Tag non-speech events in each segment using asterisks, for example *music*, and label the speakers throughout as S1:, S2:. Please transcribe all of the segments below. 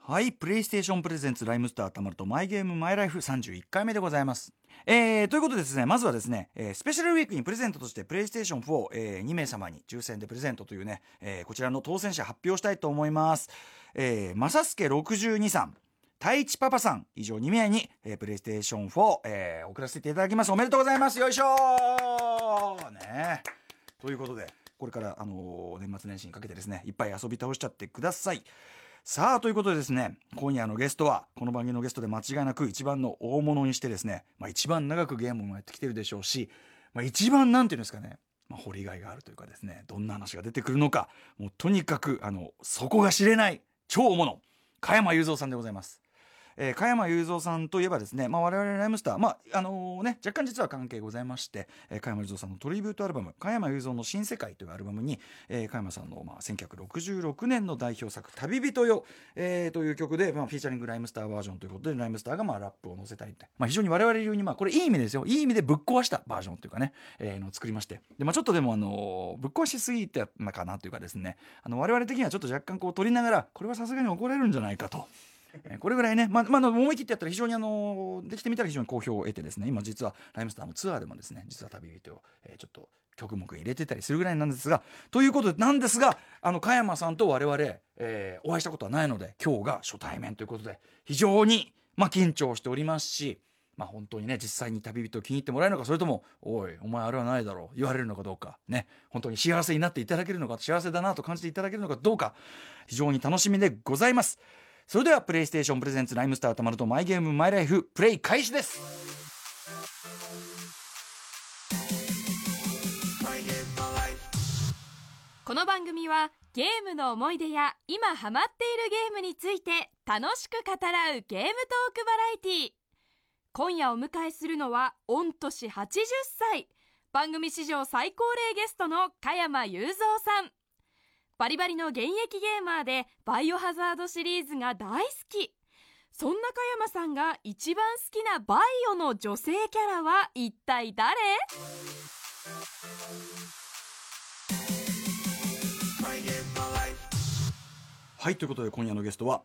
S1: はい、プレイステーションプレゼンツライムスターたまるとマイゲームマイライフ31回目でございます。えー、ということでですね、まずはですね、えースペシャルウィークにプレゼントとしてプレイステーション4を、え2名様に抽選でプレゼントというね、えーこちらの当選者発表したいと思います。えー、まさすけ62さん。太一パパさん以上2名に、えープレイステーション4、えー送らせていただきますおめでとうございますよいしょーねえということでこれから、あのー年末年始にかけてですねいっぱい遊び倒しちゃってくださいさあということでですね今夜のゲストはこの番組のゲストで間違いなく一番の大物にしてですね、まあ、一番長くゲームもやってきてるでしょうし、まあ、一番なんていうんですかねまあ、掘りがいがあるというかですねどんな話が出てくるのかもうとにかくあの底が知れない超大物加山雄三さんでございます。えー、加山雄三さんといえばですね、まあ、我々ライムスター、まああのね、若干実は関係ございまして、えー、加山雄三さんのトリビュートアルバム「加山雄三の新世界」というアルバムに、えー、加山さんの、まあ、1966年の代表作「旅人よ」えーという曲で、まあ、フィーチャリングライムスターバージョンということでライムスターが、まあ、ラップを載せたりって、まあ、非常に我々流に、まあ、これいい意味ですよいい意味でぶっ壊したバージョンというかね、えーのを作りましてで、まあ、ちょっとでも、あのーぶっ壊しすぎたのかなというかですねあの我々的にはちょっと若干こう取りながらこれはさすがに怒られるんじゃないかと。えーこれぐらいね、まあまああの、思い切ってやったら非常にあのできてみたら非常に好評を得てですね今実はライムスターのツアーでもですね実は旅人を、えーちょっと曲目入れてたりするぐらいなんですがということでなんですがあの加山さんと我々、えーお会いしたことはないので今日が初対面ということで非常に、まあ、緊張しておりますし。まあ本当にね実際に旅人を気に入ってもらえるのかそれとも「おいお前あれはないだろう」言われるのかどうかね本当に幸せになっていただけるのか幸せだなと感じていただけるのかどうか非常に楽しみでございますそれではプレイステーションプレゼンツライムスターたまるとマイゲームマイライフプレイ開始です
S2: この番組はゲームの思い出や今ハマっているゲームについて楽しく語らうゲームトークバラエティー今夜お迎えするのは御年80歳番組史上最高齢ゲストの加山雄三さんバリバリの現役ゲーマーでバイオハザードシリーズが大好きそんな加山さんが一番好きなバイオの女性キャラは一体誰
S1: はいということで今夜のゲストは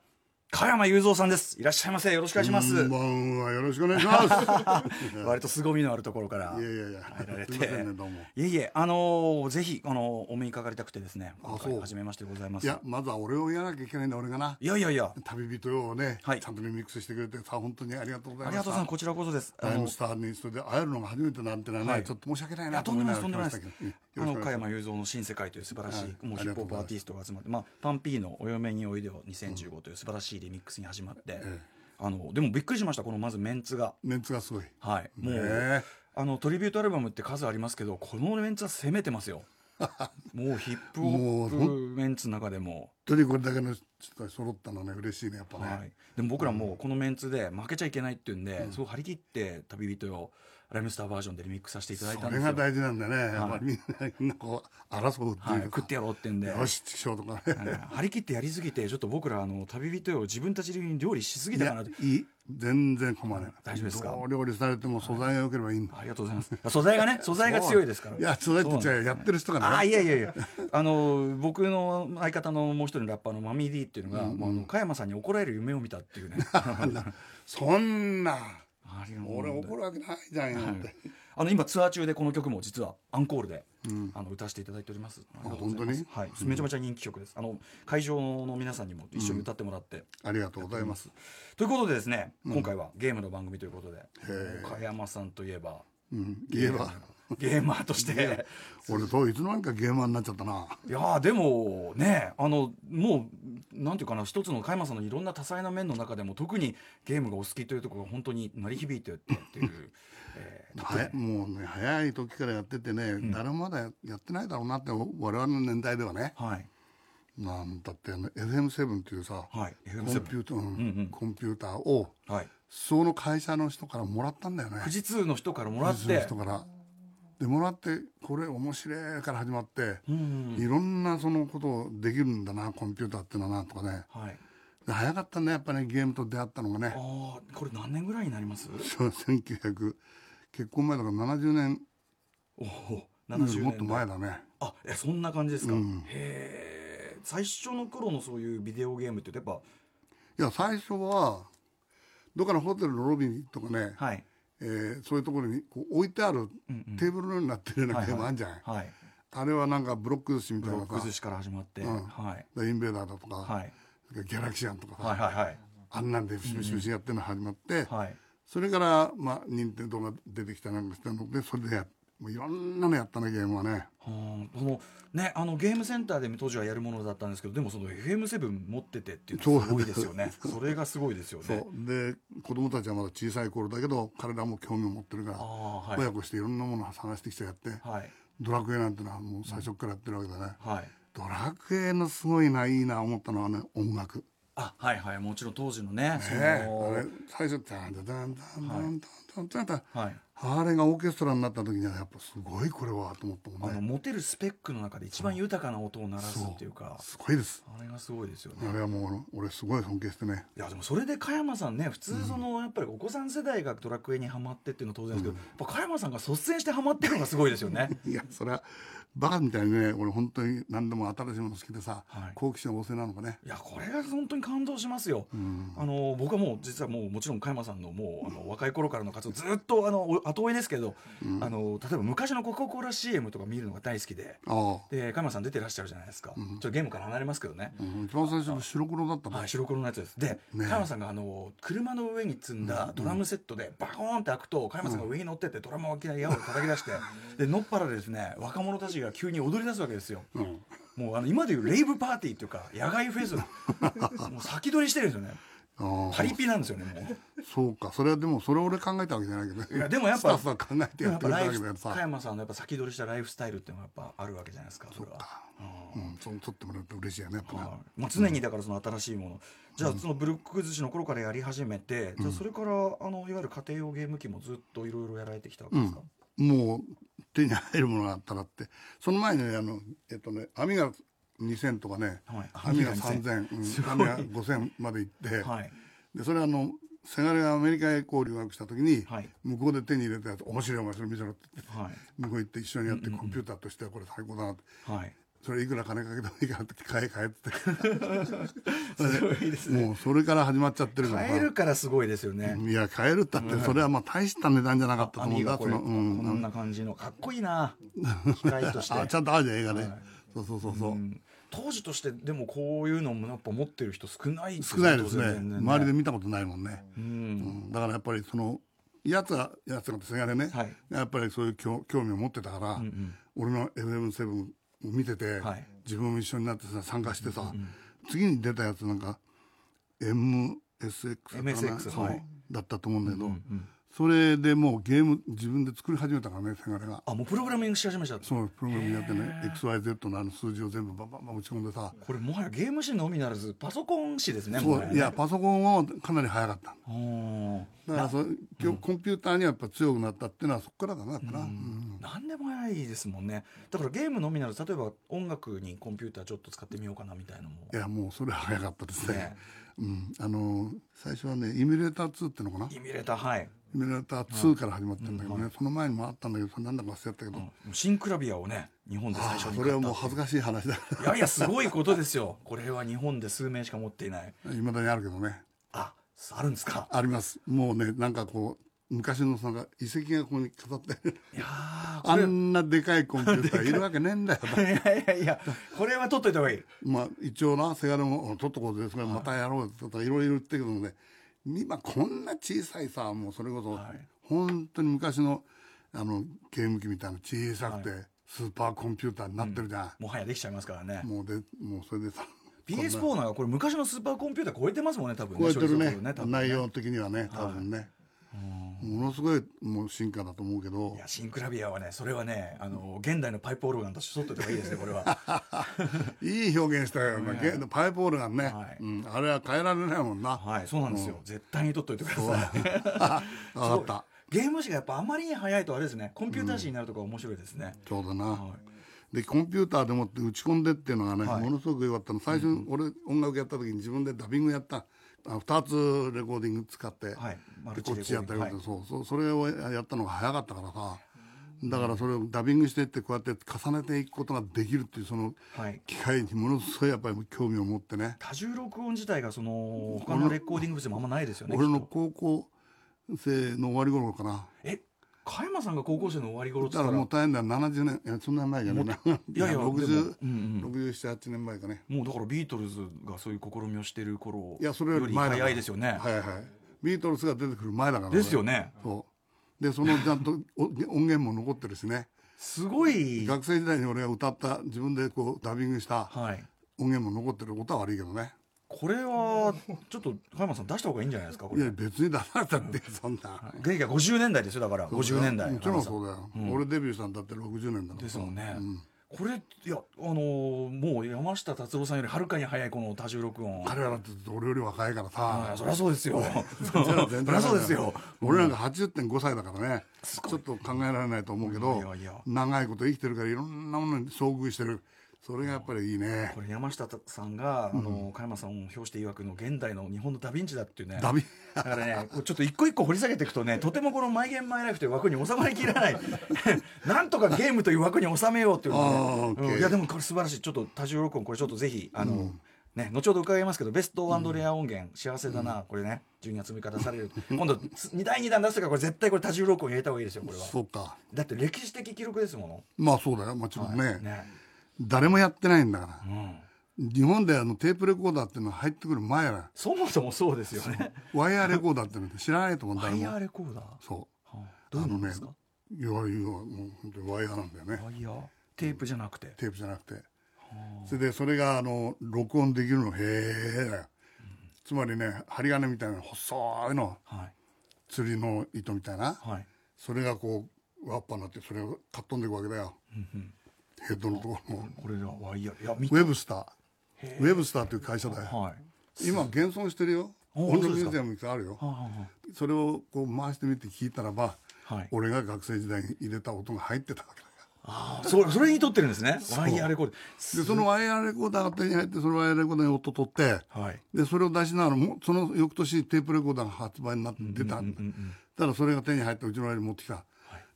S1: 加山雄三さんですいらっしゃいませよろしくお願いします、
S3: こんばんはよろしくお願い
S1: *laughs*
S3: します。
S1: 割と凄みのあるところから
S3: いやいやいや
S1: 入られて
S3: すいませんねどうも
S1: いえいえあのーぜひあのーお目にかかりたくてですね
S3: あ
S1: 今
S3: そ
S1: 回
S3: う
S1: 初めましてでございます
S3: いやまずは俺を言わなきゃいけないんだ俺がな。
S1: いやいやいや
S3: 旅人をね、
S1: はい
S3: ちゃんとミックスしてくれてさ本当にありがとうござ
S1: あ
S3: い
S1: りが
S3: ました。
S1: とうさんこちらこそですあ
S3: ライ
S1: の
S3: ムスターにそれで会えるのが初めてなんてのはね、
S1: はい
S3: ちょっと申し訳な
S1: い
S3: い
S1: や
S3: なと
S1: とん
S3: 思
S1: で
S3: い
S1: も
S3: な
S1: ない
S3: が
S1: です
S3: ら
S1: とんでもないですあ
S3: 来ましたけどうん
S1: の
S3: よろ
S1: 加
S3: しくお願いし
S1: 山
S3: ます
S1: 雄三の新世界という素晴らしい、
S3: はい
S1: もう
S3: あ
S1: ヒ
S3: り
S1: ッ
S3: が
S1: プホ
S3: とう
S1: ップアー
S3: ございます
S1: ティストが集まって「まあ、パンピーのお嫁においでよ2015」という素晴らしいリミックスに始まって、
S3: え
S1: あのでもびっくりしましたこのまずメンツが
S3: メンツがすごい。
S1: はいもう、
S3: ね
S1: あのトリビュートアルバムって数ありますけどこのメンツは攻めてます
S3: *laughs*
S1: よもうヒップホップ
S3: もうほ
S1: メンツの中でも
S3: 本当にこれだけの人が揃ったのね嬉しいねやっぱね。
S1: はい、でも僕らもうこのメンツで負けちゃいけないっていうんで、そう張り切って「旅人よ」ライムスターバージョンでリミックスさせていただいた
S3: そ
S1: んで
S3: れ
S1: すよ
S3: が、大事なんだね、やっぱりみんなみんなこう争うって、
S1: はいいう
S3: か、
S1: 食ってやろうっていうんで
S3: よし畜生とかね、
S1: なんか張り切ってやりすぎてちょっと僕らあの旅人よ自分たちに料理しすぎ
S3: い
S1: たかな
S3: や
S1: って
S3: いい全然困らない
S1: 大丈夫ですか
S3: どう料理されても素材が良ければいいんだ、
S1: ありがとうござい
S3: *laughs*
S1: ますいや素材がね素材が強いですから
S3: いや素材って言っちゃう
S1: そう
S3: よやってる人がね
S1: あーいやいやいやあの僕の相方のもう一人のラッパーのマミー D っていうのが、もうあの加山さんに怒られる夢を見たって
S3: *laughs*
S1: いうねあ *laughs*
S3: そんな
S1: りがとうござ
S3: 俺
S1: います
S3: 怒るわけないじゃんよって、
S1: あの今ツアー中でこの曲も実はアンコールで、あの歌わせていただいております。ありがとうございます
S3: 本当
S1: は
S3: に
S1: い、めちゃめちゃ人気曲です。あの会場の皆さんにも一緒に歌ってもらって。
S3: ありがとうございます
S1: ということでですね、今回はゲームの番組ということで、加山さんといえば
S3: うん言えば
S1: ゲーマーとして、
S3: 俺そういつの間にかゲーマーになっちゃったない
S1: やーでもね、あのもうなんていうかな一つの加山さんのいろんな多彩な面の中でも特にゲームがお好きというところが本当に鳴り響いてってっていう。えー
S3: はやもうね早い時からやっててね、誰もまだやってないだろうなって我々の年代ではね
S1: はい
S3: なんだって、ね、FM7 っていうさ、
S1: はい
S3: コ
S1: FM
S3: ンピューター、うん
S1: うん
S3: コンピューターを
S1: はい。
S3: その会社の人からもらったんだよね
S1: 富士通の人からもらっ
S3: その
S1: て
S3: 人。からでもらってこれ面白いから始まって、
S1: うん
S3: いろんなそのことをできるんだなコンピューターってのはなとかね
S1: はい。
S3: で早かったねやっぱねゲームと出会ったのが
S1: あ
S3: ね
S1: あ、これ何年ぐらいになります？
S3: そう1900結婚前だから70年
S1: おお、
S3: うん
S1: 七十年代、
S3: もっと前だね
S1: あ、えそんな感じですか。
S3: うん
S1: へえ。最初の頃のそういうビデオゲームってやっぱ
S3: いや最初はどっかのホテルのロビーとかね、
S1: はい。
S3: えーそういうところにこう置いてある
S1: うんうん
S3: テーブルのようになってるような
S1: はい
S3: ゲ
S1: はい
S3: ームあるじゃない、
S1: はい。
S3: あれはなんかブロック寿司みた
S1: ブ
S3: い
S1: ロ
S3: な
S1: ック寿
S3: さ
S1: 司から始まって、
S3: うん
S1: はい。
S3: インベーダーだとか、
S1: はい。
S3: ギャラクシアンとかさ、
S1: はいはいはい。
S3: あんなんで節々節々やってるの始まって、
S1: はい。
S3: それからまあ任天堂が出てきたなんかしたのでそれでやもういろんなのやったねゲームはね
S1: はあ、そのね、あのゲームセンターでも当時はやるものだったんですけどでもその FM7 持っててっていうのがすごいですよねそれがすごいですよ
S3: そう
S1: ね
S3: で子供たちはまだ小さい頃だけど彼らも興味を持ってるから
S1: ああはい
S3: 親子していろんなものを探してきてやって、
S1: はい
S3: ドラクエなんてのはもう最初からやってるわけだね、
S1: はい
S3: ドラクエのすごいないいな思ったのはね音楽ね
S1: あはいはいもちろん当時のねそ
S3: え
S1: の
S3: あれ最初ダンダンダンダンダンダンダンダン
S1: はい
S3: あれがオーケストラになった時にはやっぱすごいこれはと思った
S1: あ
S3: もん
S1: の
S3: ね
S1: 持てるスペックの中で一番豊かな音を鳴らすっていうか
S3: すごいです
S1: あれがすごいですよね
S3: あれはもうあの俺すごい尊敬してね
S1: いやでもそれで加山さんね普通そのやっぱりお子さん世代がドラクエにはまってっていうのは当然ですけど、やっぱ加山さんが率先してはまってるのがすごいですよね *laughs*
S3: いやそれはバカみたいにね俺本当に何でも新しいもの好きでさ、
S1: はい
S3: 好奇心旺盛なのかね
S1: いやこれが本当に感動しますよ、
S3: うん
S1: あの僕はもう実はもうもちろん加山さんのもうあの若い頃からの活動ずっとあのお後追いですけど、あの例えば昔のコカ・コーラ CM とか見るのが大好きで
S3: ああ、
S1: で加山さん出てらっしゃるじゃないですか、ちょっとゲームから離れますけどね、
S3: うん、一番最初白黒だったもん
S1: はい、白黒のやつですで加
S3: ね
S1: 山さんがあの車の上に積んだドラムセットでバコーンって開くと加山さんが上に乗ってってドラムをいきなり矢を叩き出してでのっぱらでですね若者たちが急に踊り出すわけですよ
S3: うん
S1: もうあの今でいうレイブパーティーっていうか野外フ *laughs* ェスもう先取りしてるんですよね
S3: ああ
S1: パリピなんですよねもう。
S3: そうかそれはでもそれ俺考えたわけじゃないけど
S1: いやでもやっぱ
S3: スタッフが考えて
S1: でも
S3: や
S1: や
S3: っ
S1: ってぱ
S3: くれた
S1: ラ
S3: わ
S1: イ
S3: けだ
S1: フ
S3: よさ
S1: 加山さんのやっぱ先取りしたライフスタイルっていうのはやっぱあるわけじゃないですかそれは
S3: うんそう取ってもらうと嬉しいよねやっぱね
S1: はいまあ、常にだからその新しいもの、じゃあそのブルック寿司の頃からやり始めて、じゃあそれからあのいわゆる家庭用ゲーム機もずっといろいろやられてきたわけですか、
S3: もう手に入るものがあったらってその前にねあのえっとねアミガ2000とかね
S1: はい
S3: アミガ
S1: 2000
S3: 3000
S1: す
S3: う
S1: ご
S3: ん
S1: い
S3: アミガ5000まで行って
S1: はい
S3: でそれはあのせがれがアメリカへこう留学した時に
S1: はい
S3: 向こうで手に入れたやつ面白いお前それ見せろって言って
S1: はい
S3: 向こう行って一緒にやってコンピューターとしてはこれ最高だなって
S1: はい
S3: それいくら金かけてもいいからって買え買えって
S1: *laughs* すごいですね
S3: もうそれから始まっちゃってるからさ
S1: 買えるからすごいですよね、
S3: いや買えるったってそれはまあ大した値段じゃなかったと
S1: ア
S3: 思う
S1: ミ
S3: んだ
S1: が
S3: そ
S1: これ、
S3: のうん
S1: こんな感じのかっこいいな機械として
S3: *laughs* あちゃんとあるじゃん映画ね、
S1: はい
S3: そうそうそうそう、
S1: うん当時としてでもこういうのもやっぱ持ってる人少ない
S3: 少ないですね
S1: 当然
S3: 周りで見たことないもんね、
S1: う
S3: うん
S1: ん
S3: だからやっぱりそのやつがやつがせがれね、
S1: はい
S3: やっぱりそういう興興味を持ってたから、
S1: うん
S3: 俺の FM7 を見てて、
S1: はい
S3: 自分も一緒になってさ参加してさ、次に出たやつなんか MSX かな
S1: MSX
S3: そう
S1: はい
S3: だったと思うんだけど、
S1: うんうん
S3: それでもうゲーム自分で作り始めたからねせがれが。
S1: あもうプログラミングし始めちゃった
S3: そうプログラミングやってね XYZ のあの数字を全部バンバンバン打ち込んでさ
S1: これもはやゲーム誌のみならずパソコン誌ですね
S3: そ
S1: もは
S3: ういやパソコンはかなり早かった
S1: うーん
S3: だからそう今日コンピューターにはやっぱ強くなったっていうのはそこからだなやっぱな、うん
S1: 何でも早いですもんねだからゲームのみならず例えば音楽にコンピューターちょっと使ってみようかなみたいなのも
S3: いやもうそれは早かったですね
S1: ね
S3: うん、あの最初はねイミュレーター2っていうのかなイ
S1: イミュレーターはい
S3: ミュレーター2から始まったんだけどね、その前にもあったんだけどそれなんだか忘れちゃったけど、
S1: うんシンクラビアをね日本で最
S3: あ
S1: 初
S3: あ
S1: に
S3: そ
S1: 買
S3: れ
S1: った
S3: はもう恥ずかしい話だ *laughs*
S1: いやいやすごいことですよこれは日本で数名しか持っていない
S3: いまだにあるけどね
S1: ああるんですか
S3: ありますもうねなんかこう昔のなんか遺跡がここに
S1: *laughs*
S3: 飾ってある
S1: いやー
S3: あ
S1: これ
S3: んなでかいコンピューターいるわけねえんだよ。 *laughs*
S1: いやいやいやこれは取っといた方がいい
S3: まあ一応なせがれも取っとこうぜそれまたやろうとかいろいろ言ってるけどね今こんな小さいさもうそれこそ、
S1: はい
S3: 本当に昔のあのゲーム機みたいな小さくて、スーパーコンピューターになってるじゃ
S1: もはやできちゃいますからね
S3: ん、もうでもうそれでさ
S1: PS4 なんかこれ昔のスーパーコンピューター超えてますもんね多分
S3: こうやってる
S1: 処理
S3: ね
S1: 速度多分
S3: 内容的にはね多分ね、ものすごいもう進化だと思うけど
S1: いやシンクラビアはねそれはねあの現代のパイプオルガンとして取っておいた方がいいですねこれ
S3: *laughs*
S1: は
S3: いい表現したよ、まあゲパイプオルガンね、
S1: はい
S3: うん、あれは変えられないもんな、
S1: はいそうなんですよ、絶対に取っといてください
S3: 分かった
S1: ゲーム誌がやっぱあまりに早いとあれですねコンピューター誌になるとか面白いですね、
S3: ちょうどな、
S1: は
S3: でコンピューターでもって打ち込んでっていうのがね、
S1: はい
S3: ものすごく良かったの最初、俺音楽やった時に自分でダビングやったあ2つレコーディング使って、
S1: はいマ
S3: で
S1: ルチ
S3: こ
S1: レコーディン
S3: っ
S1: グ
S3: ちやったりとか、
S1: はい
S3: そうそうそれをやったのが早かったからさだからそれをダビングしてってこうやって重ねていくことができるっていうその
S1: はい、
S3: 機会にものすごいやっぱり興味を持ってね
S1: 多重録音自体がその他のレコーディング物でもあんまないですよね
S3: 俺の
S1: きっと
S3: 高校生の終わり頃かな
S1: え加山さんが高校生の終わり頃っつ
S3: だ
S1: った
S3: から
S1: ら
S3: もう大変だよ70年いやそんな前じゃないな *laughs*
S1: いやいやでも
S3: 60
S1: うんうん
S3: 678年前かね
S1: もうだからビートルズがそういう試みをしてる頃
S3: いやそれより前だから
S1: 早いですよね、
S3: はいはいビートルズが出てくる前だからね
S1: ですよね
S3: そうでそのちゃんとお音源も残ってるしね
S1: すごい
S3: 学生時代に俺が歌った自分でこうダビングした
S1: はい
S3: 音源も残ってることは悪いけどね
S1: これはちょっと加山さん出した方がいいんじゃないですかこ
S3: い
S1: れ
S3: や別に出されたってそんな
S1: ゲイが50年代ですよだから50年代
S3: もちろん
S1: 加山
S3: そうだよ、
S1: うん
S3: 俺デビューしたんだって60年だ
S1: さん
S3: から
S1: ですもんね、
S3: うん
S1: これいやあのーもう山下達郎さんよりはるかに早いこの多重録音
S3: 彼らだって俺より若いから
S1: は
S3: さ
S1: い、そりゃそうですよ *laughs*
S3: *laughs* うちら
S1: そ
S3: 全然
S1: りゃ *laughs* そうですよ
S3: 俺なんか80.5歳だからね
S1: す
S3: ち
S1: ごい
S3: ょっと考えられないと思うけど
S1: いやいや
S3: 長いこと生きてるからいろんなものに遭遇してるそれがやっぱりいいね
S1: これ山下さんが、あの加山さんを表して曰くの現代の日本のダ・ヴィンチだっていうね *laughs*
S3: ダビ
S1: だからねこうちょっと一個一個掘り下げていくとねとてもこの「マイ・ゲーム・マイ・ライフ」という枠に収まりきらない *laughs* なんとかゲームという枠に収めようっていうの
S3: あ
S1: で、ね
S3: ー OK
S1: うんいやでもこれ素晴らしいちょっと多重録音これちょっとぜひあの、ね、後ほど伺いますけどベストアンドレア音源、幸せだな、これね12月6日出される今度2第2弾出すからこれ絶対これ多重録音入れた方がいいですよこれは
S3: そうか
S1: だって歴史的記録ですも
S3: まあそうだよもちろんね,、
S1: のね、
S3: 誰もやってないんだから
S1: うん、
S3: 日本であのテープレコーダーっていうのは入ってくる前だよ
S1: そもそもそうですよね
S3: ワイヤーレコーダーっていうのって知らないと思うんだ
S1: ワ
S3: よ
S1: イヤーレコーダー
S3: そ
S1: どういうのです
S3: あ
S1: か
S3: ういやいやもう本当にワイヤーなんだよね
S1: ワイヤーテープじゃなくて、
S3: テープじゃなくてそれでそれがあの録音できるのへえだよつまりね針金みたいな細いの
S1: はい
S3: 釣りの糸みたいな
S1: はい
S3: それがこうワッパになってそれをかっ飛んでいくわけだよヘッドのところも
S1: これがワイヤーいや見て
S3: ウェブスターウェブスターという会社だよ
S1: はい
S3: 今現存してるよ
S1: お
S3: 音
S1: そうですか
S3: 楽ミュージアムがあるよ
S1: は
S3: それをこう回してみて聞いたらば
S1: あはい
S3: 俺が学生時代に入れた音が入ってたわけだよ
S1: ああそれそれに撮ってるんですねワイヤーレコーダー
S3: でそのワイヤーレコーダーが手に入ってそのワイヤーレコーダーに音取って
S1: はい
S3: でそれを出しながらもその翌年テープレコーダーが発売になって出たんだ、ただそれが手に入ってうちの親に持ってきた、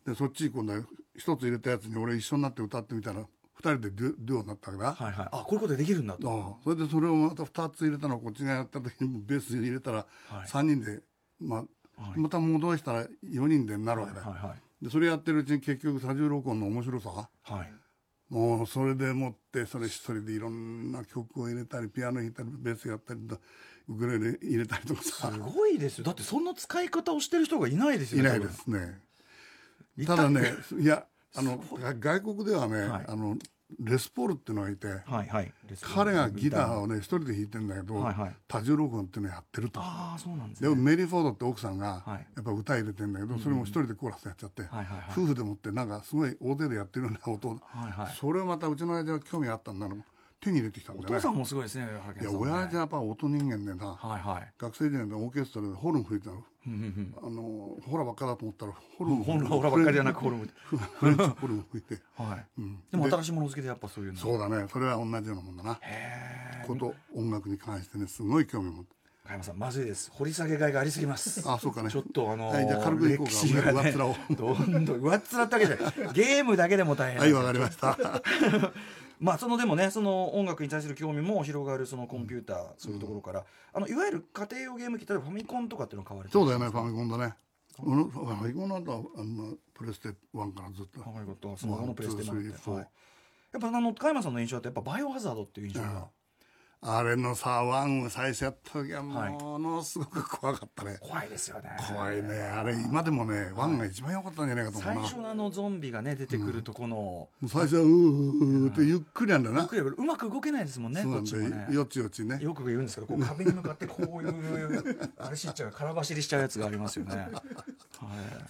S3: でそっちに今度は一つ入れたやつに俺一緒になって歌ってみたら二人でデュデュオになったわけだ、
S1: はいはいあこういうことできるんだと
S3: ああそれでそれをまた二つ入れたのをこっちがやった時にベースに入れたら
S1: はい
S3: 三人で、まあ
S1: はい
S3: また戻したら四人でになるわけだ、
S1: はいは
S3: でそれやってるうちに結局多重録音の面白さ
S1: いはい
S3: もうそれでもってそれ一人でいろんな曲を入れたりピアノ弾いたりベースやったりとウクレレ入れたりとかさ
S1: すごいですよだってそんな使い方をしてる人がいないです
S3: い
S1: よね
S3: ないですね
S1: 多
S3: た
S1: 分
S3: だねいやあの
S1: すご
S3: が外国ではね、
S1: はい
S3: あのレスポールっていうのがいて
S1: はいはい
S3: 彼がギターをね一人で弾いてんだけど、
S1: はいはい
S3: 多重録音っていうのやってると
S1: ああそうなんです
S3: でも
S1: ね
S3: メリー・フォードって奥さんが
S1: はい
S3: やっぱ歌入れてんだけど、それも一人でコーラスやっちゃって、
S1: はいはいはい
S3: 夫婦でもってなんかすごい大手でやってるような音、
S1: はいはい
S3: それをまたうちの親父は興味あったんだろう手に入れてきたん
S1: お
S3: だよ
S1: 父
S3: ね
S1: さんもすごいですね
S3: いや
S1: は
S3: 親父はやっぱ音人間でな、
S1: はいはい
S3: 学生時代のオーケストラでホルン吹いてたの
S1: うんうん
S3: あのホラばっかだと思ったらホル
S1: うん
S3: ン
S1: ほらほらばっかりじゃなくホルム
S3: フレンチホルン吹いて、
S1: はい
S3: うん
S1: でも新しいもの好きでやっぱそういうの
S3: そうだねそれは同じようなもんだな
S1: へえ
S3: こと音楽に関してねすごい興味を持って
S1: 加山さんまずいです掘り下げがいがありすぎます
S3: あそうかね
S1: ちょっとあのー
S3: はいじゃあ軽くいこうか
S1: 歴史がね
S3: 上っ面を
S1: どんどん上っ面ってわけじゃ
S3: *laughs*
S1: ないゲームだけでも大変
S3: はいわかりました *laughs*
S1: まあそのでもねその音楽に対する興味も広がるそのコンピューター、そういうところからあのいわゆる家庭用ゲーム機例えばファミコンとかっていうの買われて
S3: そうだよねファミコンだね俺のファミコンなんだあのプレステ1からずっと
S1: ファミコンとスマホのプレステもあっ
S3: ワンツースリー
S1: て、
S3: フォー
S1: はい、やっぱあの加山さんの印象ってやっぱバイオハザードっていう印象が、
S3: あれのさワンを最初やった時はものすごく怖かったね、
S1: 怖いですよね
S3: 怖いねあれ今でもねワンが一番良かったんじゃないかと思う
S1: 最
S3: な
S1: 初のあのゾンビがね出てくるとこの、
S3: 最初はうーってゆっくりなんだな、
S1: ううまく動けないですもんね
S3: そう
S1: こ
S3: な
S1: っ
S3: ん
S1: ち
S3: だ
S1: も
S3: よ、
S1: ね
S3: よちよちね
S1: よく言うんですけどこう壁に向かってこういうあれしっちゃう空走りしちゃうやつがありますよね。はい、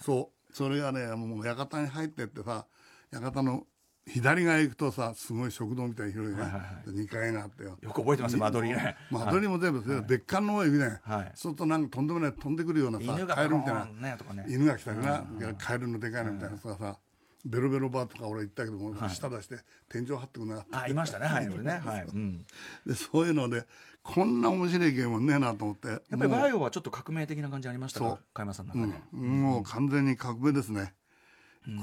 S3: そうそれがねもう館に入ってってさ館の左側行くとさすごい食堂みたいに広いね、
S1: はいはいは
S3: 2階があってよ
S1: よく覚えてますよ間取りね。
S3: 間取りも全部、別館の方へ行くね、
S1: はい
S3: そうするとなんかとんでもない飛んでくるようなさ
S1: 犬が
S3: カエルみたい
S1: ポ
S3: な
S1: ーンねとかね
S3: 犬が来たりな、カエルのでかいのみたいなさ、さベロベロバーとか俺行ったけども、舌出して天井張ってくんなかった
S1: あいましたねはいこれねはい。うん
S3: でそういうのでこんな面白いゲームねえなと思って
S1: やっぱり
S3: もう
S1: バイオはちょっと革命的な感じありました
S3: そ
S1: か
S3: う
S1: 加山さんの
S3: う
S1: 中
S3: ん
S1: で。
S3: もう完全に革命ですね。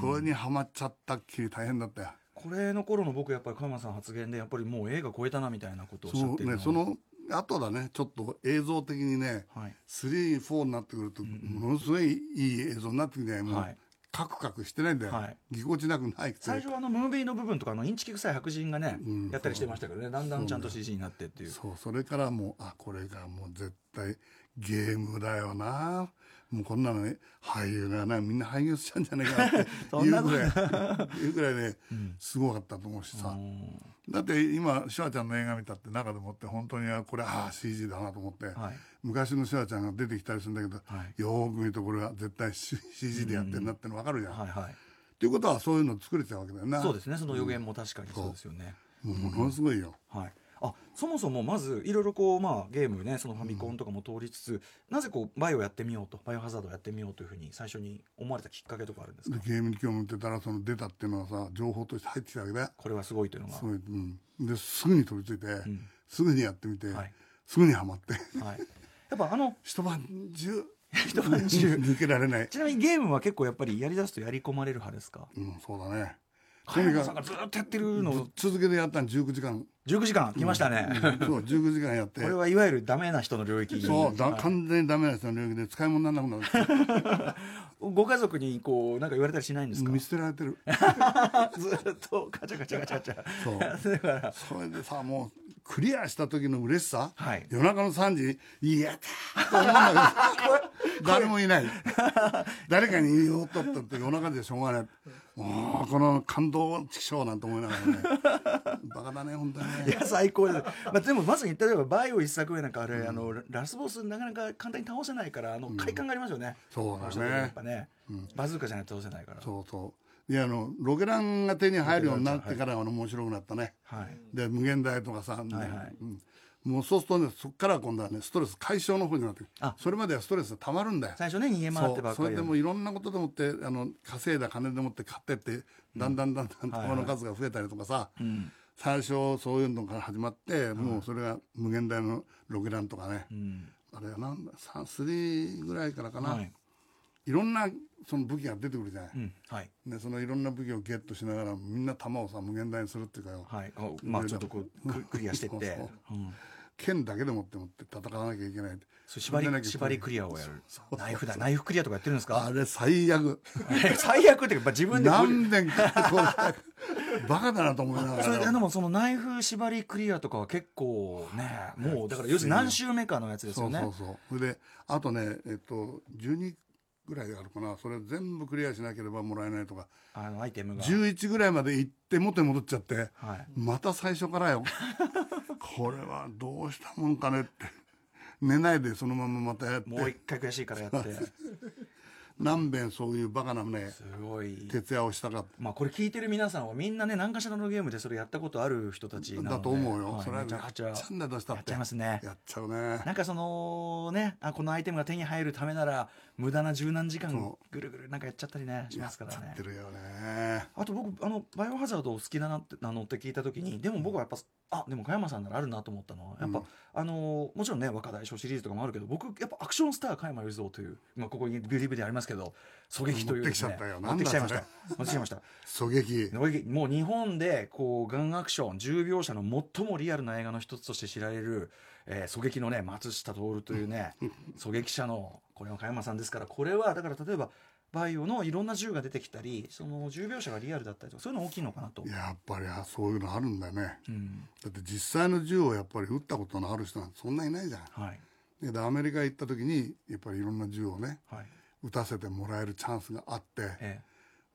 S3: これにはまっちゃったっきり大変だったよ。
S1: これの頃の僕やっぱり加山さん発言でやっぱりもう映画超えたなみたいなことをおっしゃ
S3: そ
S1: っ
S3: う
S1: てる
S3: ね、
S1: は
S3: その後だねちょっと映像的にね
S1: はい
S3: 3、4になってくるとものすごいいい映像になってきても
S1: はいう
S3: カクカクしてないんだよ、
S1: はい
S3: ぎこちなくないくて
S1: 最初はあのムービーの部分とかあのインチキ臭い白人がね、
S3: うん
S1: やったりしてましたけどねだんだんちゃんと CG になってっていう
S3: そうそれからもうあこれがもう絶対ゲームだよなもうこんなのね俳優がねみんな俳優しちゃうんじゃないかなって
S1: *laughs* そん
S3: い
S1: な
S3: う
S1: こ
S3: ぐ
S1: と
S3: らいいうぐらいね
S1: うん
S3: すごかったと思うしさ、
S1: うん
S3: だって今シュワちゃんの映画見たって中でもって本当にあこれああ CG だなと思って、
S1: はい
S3: 昔のシュワちゃんが出てきたりするんだけど、
S1: はい
S3: よーく見るとこれは絶対 CG でやってるなっての分かるじゃん。
S1: はいはい
S3: ということはそういうの作れちゃうわけだよな。
S1: そうですねその予言も確かにそうですよね、
S3: もうものすごいよ。
S1: はいあそもそもまずいろいろこうまあゲームねそのファミコンとかも通りつつ、なぜこうバイオやってみようとバイオハザードやってみようというふうに最初に思われたきっかけとかあるんですか
S3: でゲームに興味持ってたらその出たっていうのはさ情報として入ってきたわけだよ。
S1: これはすごいというのが
S3: すごいうん、ですぐに取り付いて、
S1: ん
S3: すぐにやってみて、
S1: はい
S3: すぐにはまって
S1: はい、やっぱあの
S3: 一晩中
S1: 一晩中
S3: 抜けられ
S1: *laughs*
S3: ない。
S1: ちなみにゲームは結構やっぱりやりだすとやり込まれる派ですか
S3: うんそうだね。
S1: 加山さんがずっとやってるのを
S3: 続けてやったん19時間。
S1: 19時間来ましたね、
S3: うんそう19時間やって。
S1: *laughs* これはいわゆるダメな人の領域
S3: そうだ、
S1: はい
S3: 完全にダメな人の領域で使い物にならな
S1: *laughs*
S3: くなる
S1: ご家族にこうなんか言われたりしないんですか
S3: 見捨てられてる
S1: *laughs* ずっとガチャガチャガチャガチャ
S3: そ
S1: *laughs*
S3: う
S1: だから
S3: それでさもうクリアした時の嬉しさ、
S1: はい
S3: 夜中の3時に「やったー!」と思うんだ
S1: *laughs*
S3: けど誰もいない誰かに言おうとったって夜中でしょうがないもうこの感動ちくしょうなんて思いなが
S1: *laughs*
S3: らねバカだね本当に
S1: い
S3: ね
S1: や最高です、まあ、でもまさに例えばバイオ一作目なんかあれ、あのラスボスなかなか簡単に倒せないからあの快感がありますよね、
S3: そうだね
S1: 倒した時やっぱね、バズーカじゃないと倒せないから
S3: そうそういやあのロケランが手に入るようになってからは面白くなったね、
S1: はい
S3: で無限大とかさ、
S1: いはい
S3: うんもうそうするとねそこから今度はねストレス解消の方になってくる
S1: あ
S3: それまではストレスがたまるんだよ
S1: 最初ね逃げ回ってば
S3: そう
S1: っか
S3: それ
S1: り
S3: で
S1: だ
S3: もういろんなことでもってあの稼いだ金でもって買ってってだんだんだんだん
S1: はいはい
S3: 玉の数が増えたりとかさ、
S1: うん
S3: 最初そういうのから始まって、もうそれが無限大のロケランとかね、
S1: うん
S3: あれはなんださ3ぐらいからかな、
S1: はいい、、
S3: ろんなその武器が出てくるじゃない、
S1: うんはい
S3: でそのいろんな武器をゲットしながらみんな弾をさ無限大にするっていうかよ、
S1: はい、こうまあちょっとこうククリアしてって、
S3: そうそう
S1: うん、
S3: 剣だけでもってもって戦わなきゃいけない
S1: そう縛り
S3: そんでなきゃ
S1: 縛りクリアをやる
S3: そうそう
S1: ナイフだナイフクリアとかやってるんです
S3: あ
S1: か
S3: れ最悪
S1: *laughs* 最悪っていうかまあ自分でこう
S3: 何年かこう *laughs* バカだなと思いながら
S1: それででもそのナイフ縛りクリアとかは結構ねもうだから要するに何周目かのやつです
S3: そ
S1: よ
S3: う
S1: ね
S3: そうそうそれであとねえっと12ぐらいあるかなそれ全部クリアしなければもらえないとか
S1: あのアイテムが、
S3: 11ぐらいまで行って元に戻っちゃって
S1: はい、
S3: また最初からよ *laughs* これはどうしたもんかねって寝ないでそのまままたやって
S1: もう一回悔しいからやって
S3: 何遍そういうバカなね
S1: *laughs* すごい
S3: 徹夜をしたかった
S1: まあこれ聞いてる皆さんはみんなね何かしらのゲームでそれやったことある人たちなので
S3: だと思うよ、
S1: はい
S3: それは
S1: めち
S3: ね
S1: ゃ
S3: やっ
S1: く
S3: ち
S1: ち
S3: ゃ
S1: ゃ
S3: うんだとした
S1: や
S3: っ
S1: ってちゃいますね
S3: やっちゃうね
S1: なんかそのねあこのアイテムが手に入るためなら無駄な十何時間
S3: そ
S1: ぐるぐるなんかやっちゃったりねしますから
S3: や
S1: ね
S3: っちゃってるよね
S1: あと僕あのバイオハザードを好きだなってなのって聞いた時にでも僕はやっぱあでも加山さんならあるなと思ったのはやっぱ、
S3: うん
S1: あのもちろんね若大将シリーズとかもあるけど僕やっぱアクションスター加山雄三という、まあ、ここにビリビリありますけど狙撃というです、ね、
S3: 持
S1: 持
S3: っ
S1: っててき
S3: きち
S1: ち
S3: ゃ
S1: ゃいました
S3: いまし
S1: た持ってきちゃいました
S3: 狙撃
S1: のいもう日本でこうガンアクション10秒車の最もリアルな映画の一つとして知られる、えー狙撃のね松下徹というね狙撃者のこれは加山さんですからこれはだから例えばバイオのいろんな銃が出てきたりその10秒車がリアルだったりとかそういうの大きいのかなと。
S3: やっぱりあそういうのあるんだよね
S1: うん
S3: だって実際の銃をやっぱり撃ったことのある人なんてそんないないじゃん
S1: はい
S3: ででアメリカ行った時にやっぱりいろんな銃をね
S1: はい
S3: 撃たせてもらえるチャンスがあって
S1: え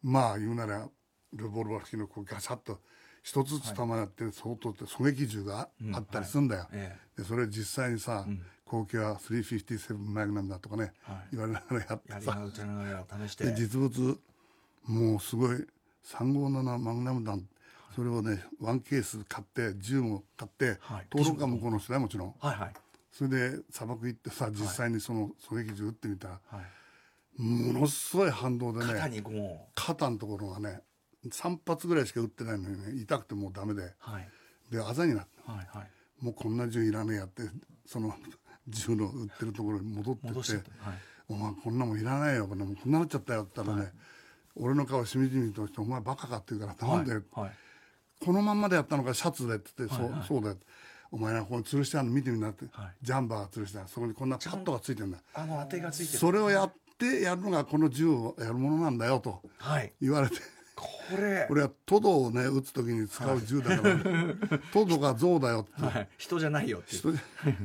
S3: まあ言うならレボルバー式のこうガシャッと一つずつ弾やって相当って狙撃銃が
S1: うん
S3: あったりするんだよ、
S1: ええ
S3: でそれ実際にさ、
S1: うん
S3: 高級は357マグナムだとかね、
S1: はい
S3: 言われながらやっ
S1: えや
S3: て
S1: り
S3: さ
S1: ながらやりながら試して
S3: で実物もうすごい357マグナム弾それをねワンケース買って銃も買って、
S1: はい
S3: 討論会向こうの人だよもちろん
S1: はいはい
S3: それで砂漠行ってさ実際にその狙撃銃撃ってみたら、
S1: はい
S3: ものすごい反動で
S1: 肩
S3: ね
S1: にも
S3: 肩のところがね3発ぐらいしか撃ってないのにね痛くてもうダメで
S1: うはい
S3: であざになって
S1: はいはい
S3: もうこんな銃いらねえやってその銃の撃ってるところに戻ってって
S1: 戻してったはい
S3: お前こんなもんいらないよこんなもんこんななっちゃったよ」って言ったらね、俺の顔しみじみとして「お前バカか」って言うから「なんで、
S1: はい
S3: このまんまでやったのかシャツで」って言って「
S1: はいはい
S3: そうそうだよ」お前なこの吊るしてあるの見てみな」って、
S1: はい
S3: ジャンバーが吊るしてあるそこにこんなパットがついてんだ
S1: あの当てがついてる
S3: それをやってやるのがこの銃をやるものなんだよと
S1: はい
S3: 言われて
S1: これ
S3: これはトドをね撃つ時に使う銃だから、トドが象だよって
S1: はい、人じゃないよ *laughs* っていう
S3: それで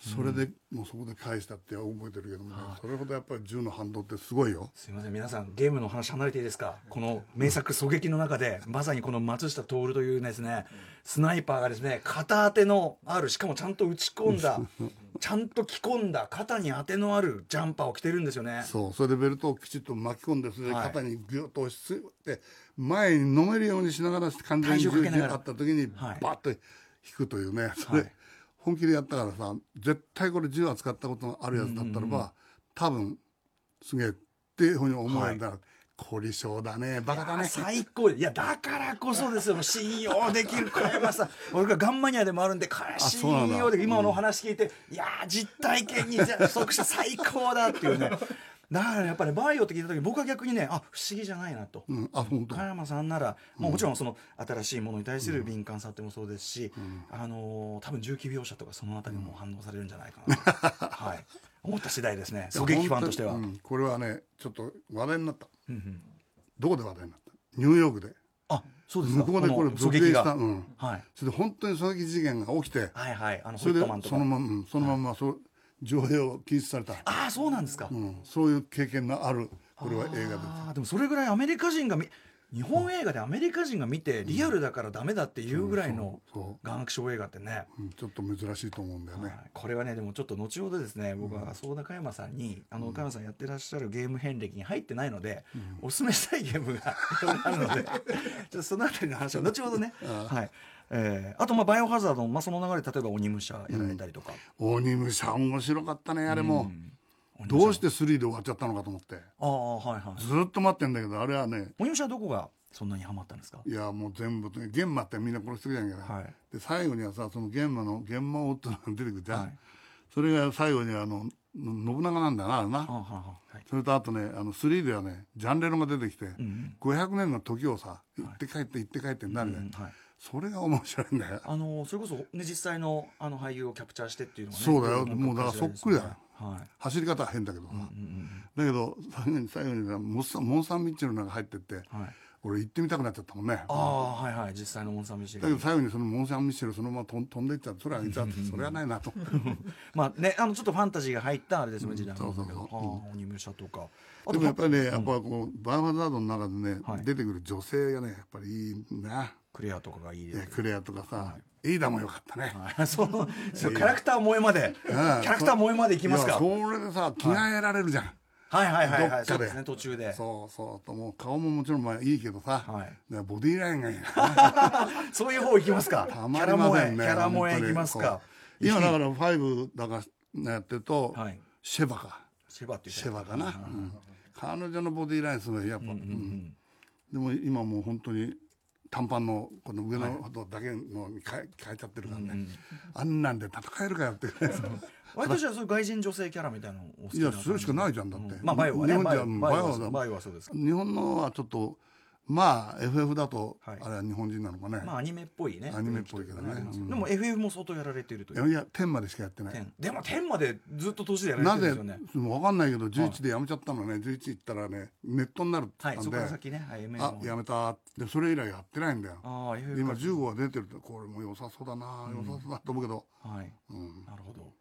S3: それでもうそこで返したって覚えてるけども、それほどやっぱり銃の反動ってすごいよ
S1: すいません皆さんゲームの話離れていいですかこの名作狙撃の中でまさにこの松下徹というですねスナイパーがですね片当てのあるしかもちゃんと打ち込ん *laughs* だちゃんと着込んだ肩に当てのあるジャンパーを着てるんですよね
S3: そうそれでベルトをきちっと巻き込んでそれで
S1: はい
S3: 肩にギュッと押しつって前に飲めるようにしながら完全に
S1: 体重か
S3: 銃
S1: け
S3: に
S1: ながら
S3: あった時に
S1: はい
S3: バッと引くというね、それ、
S1: はい
S3: 本気でやったからさ絶対これ銃扱ったことのあるやつだったらば、多分すげえっていうふうに思えたら、凝り性だねバカだ
S1: あ
S3: ね
S1: 最高いやだからこそですよ信用できるこれは
S3: *laughs*
S1: さ俺がガンマニアでもあるんでこれ
S3: そうなんだ
S1: 信用できる今のお話聞いて、いやー実体験に即して最高だって
S3: *laughs*
S1: いうねだからやっぱりバイオって聞いた時僕は逆にねあ不思議じゃないなと
S3: うん、あ本当
S1: 加山さんなら、もうもちろんその新しいものに対する敏感さってもそうですし、あのー多分重機描写とかそのあたりも反応されるんじゃないかなと、はい、思った次第ですね狙撃ファンとしては、
S3: 本当にうんこれはねちょっと話題になった
S1: うんうん
S3: どこで話題になったニューヨークで
S1: あそうですか
S3: 向こうでこれ
S1: の
S3: 続
S1: 狙
S3: 撃
S1: 撃
S3: し
S1: が、
S3: た、うん、
S1: はい、
S3: それで本当に狙撃事件が起きて
S1: はいはいあの
S3: そ
S1: ホイッ
S3: れ
S1: ト
S3: で
S1: マンとか
S3: そのまま、うんそのまんまそう上映を禁止された、
S1: ああそうなんですか、
S3: うん、そういう経験のあるこれは映画です
S1: あーでもそれぐらいアメリカ人がみ日本映画でアメリカ人が見てリアルだからダメだっていうぐらいの
S3: そ
S1: 眼悪症映画ってね、
S3: う、うん、ちょっと珍しいと思うんだよね、
S1: はいこれはねでもちょっと後ほどですね僕は相田加山さんに、あの加山さんやってらっしゃるゲーム遍歴に入ってないので、おすすめしたいゲームが *laughs* あるの
S3: *laughs*
S1: でちょっとそのあたりの話は後ほどね、はいえーあとまあバイオハザードも、まあ、その流れで例えば鬼武者やられたりとか、
S3: オニムシャ面白かったねあれも、
S1: 鬼武者
S3: どうして3で終わっちゃったのかと思って
S1: ああはいはい
S3: ずっと待ってんだけどあれはね
S1: 鬼武者はどこがそんなにハマったんですか
S3: いやもう全部玄馬ってみんな殺してくじゃんけど、
S1: はい
S3: で最後にはさその玄馬の玄馬王ってのが出てくるじゃん、
S1: はい
S3: それが最後にはあのの信長なんだよなあれな、
S1: ああはあはあはい
S3: それとあとねあの3ではねジャンレロが出てきて、
S1: うん
S3: 500年の時をさ行って帰って行って帰ってになるじゃ
S1: う
S3: ん、
S1: んはい
S3: それが面白いんだよ
S1: あのそれこそ、ね、実際のあの俳優をキャプチャーしてっていうのがね
S3: そうだよ
S1: こい
S3: もうだからそっくりだよ
S1: はい
S3: 走り方は変だけどさ、だけど最後に最後にさモンサモンサンミッチェルの中入ってって、
S1: はい
S3: 俺行ってみたくなっちゃったもんね
S1: ああはいはい実際のモンサンミシェ
S3: だけど
S1: ル
S3: 最後にそのモン・サン・ミッシェルそのまま飛ん飛んでいっちゃってそれはあいつだってそれはな
S1: *laughs*
S3: いなと
S1: まあねあのちょっとファンタジーが入ったあれですよね時代の
S3: そうそうそう
S1: ああ鬼武者とかあ
S3: で
S1: と
S3: もやっぱりね
S1: うん
S3: やっぱこうバイオハザードの中でね、
S1: はい
S3: 出てくる女性がねやっぱりいいな、
S1: クレアとかがいい
S3: い
S1: で
S3: や
S1: す
S3: クレアとかさ、エイダもよかったね、
S1: はい *laughs* そのそのキャラクター萌えまでキャラクター萌えまでいきますか
S3: いやそれでさ着替えられるじゃん、
S1: はいはいはい
S3: ど
S1: は
S3: っか
S1: い
S3: で
S1: そうですね途中で
S3: そうそうともう顔ももちろんまあいいけどさ、
S1: はい
S3: だからボディラインがいいな
S1: そういう方いきます *laughs* かキ
S3: たま
S1: ャ
S3: り
S1: ラ
S3: ま
S1: 萌
S3: せ
S1: え
S3: ん
S1: キ
S3: ね
S1: ャラ萌えいきます
S3: 本
S1: か
S3: 当にそう今だから5だからやってると、
S1: はい
S3: シェバか
S1: シェバっていうキ
S3: シ
S1: ャ
S3: ェ
S1: ラ
S3: バかな、うん彼女のボディラインすごいやっぱ、うんでも今もう本当に短パンのこの上のことだけのに変え変えちゃってるからね、あんなんで戦えるかよってぐらい
S1: 割とじゃあそういう外人女性キャラみたいなのお好き
S3: い
S1: な
S3: やそれしかないじゃんだって
S1: うまあバイオはね
S3: 日本
S1: バ
S3: じ
S1: イ
S3: ゃ
S1: オ
S3: うん
S1: バイオ
S3: バイ
S1: は
S3: オだ
S1: バイオはそうですか
S3: 日本のはちょっとまあ FF だと、
S1: はい
S3: あれは日本人なのかね、
S1: まあアニメっぽいね
S3: アニメっぽいけどね
S1: 雰囲気とかあります
S3: うん
S1: でも FF も相当やられているという
S3: いや天までしかやってない
S1: 天でも天までずっと年でやら
S3: な
S1: れて
S3: ぜ
S1: るんですよね
S3: もう分かんないけど11でやめちゃったのね、11行ったらねネットになるって言
S1: は
S3: っ
S1: い
S3: た
S1: そこ
S3: んで、
S1: から先ねはい MMO
S3: あやめたでそれ以来やってないんだよ
S1: ああ FF
S3: 今
S1: か
S3: 15は出てるとこれも良さそうだな、良さそうだと思うけど、
S1: はい
S3: うん、
S1: なるほど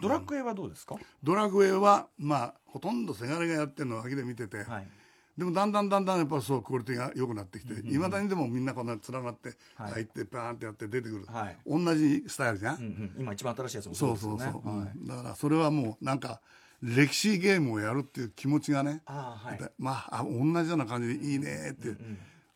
S1: ドラクエはどうですか
S3: ドラクエはまあほとんどせがれがやってるのを脇で見てて、
S1: はい
S3: でもだんだんだんだんやっぱそうクオリティが良くなってきていま、だにでもみんなこんな連なって
S1: はい
S3: 入ってパーンってやって出てくる、
S1: はい
S3: 同じスタイルじゃん、
S1: うんうん今一番新しいやつもそ
S3: そうう
S1: です
S3: そ
S1: よ
S3: う
S1: ね
S3: そう、
S1: はい
S3: うんだからそれはもうなんか歴史ゲームをやるっていう気持ちがね、
S1: ああはい
S3: でまああ同じような感じでいいねって、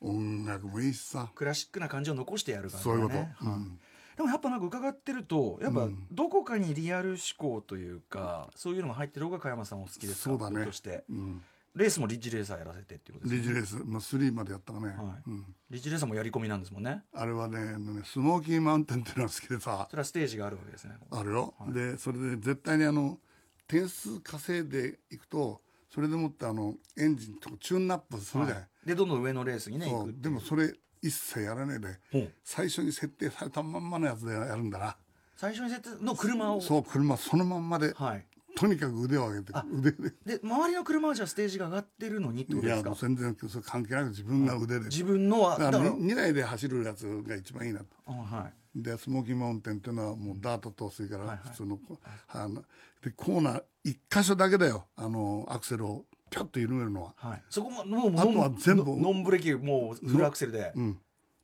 S3: 音楽もいいしさ
S1: クラシックな感じを残してやる感じ
S3: そ
S1: だ
S3: う
S1: ね
S3: いうこと、う
S1: はい
S3: ん
S1: でもやっぱなんか伺ってるとやっぱどこかにリアル思考というか、そういうのが入ってる方が加山さんお好きですか
S3: そうだね
S1: 人として
S3: うん、
S1: レースもリッジレーサーやらせてっていうことです
S3: リ
S1: ね
S3: ジレース、まあ、3までやったかね、
S1: はい
S3: うん、
S1: リッジレーサーもやり込みなんですもんね
S3: あれはねあのねスモーキーマウンテンっていうのが好きでさ
S1: それはステージがあるわけですね
S3: あるよ、でそれで絶対にあの点数稼いでいくとそれでもってあのエンジンとかチューンナップするじゃない、
S1: でどんどん上のレースにね
S3: そ
S1: 行
S3: う
S1: く
S3: でもそれ一切やらないで
S1: ほう
S3: 最初に設定されたまんまのやつでやるんだな
S1: 最初に設定の車を
S3: そう車そのまんまで
S1: はい
S3: とにかく腕を上げて
S1: あ
S3: 腕で
S1: で周りの車はじゃあステージが上がってるのにってことで
S3: いや
S1: す
S3: も
S1: か
S3: う全然それ関係なく自分が腕で
S1: 自分のは
S3: だ
S1: だ
S3: か
S1: からら
S3: 2台で走るやつが一番いいなと
S1: あはい
S3: でスモーキーマウンテンっていうのはもうダートとそれか
S1: はいは
S3: ら
S1: い
S3: 普通の,、あのでコーナー一箇所だけだよあのアクセルをピョッと緩めるのは、
S1: はいそこももう
S3: あとは全部
S1: ノンノンブレーキもうフルアクセルで
S3: うん、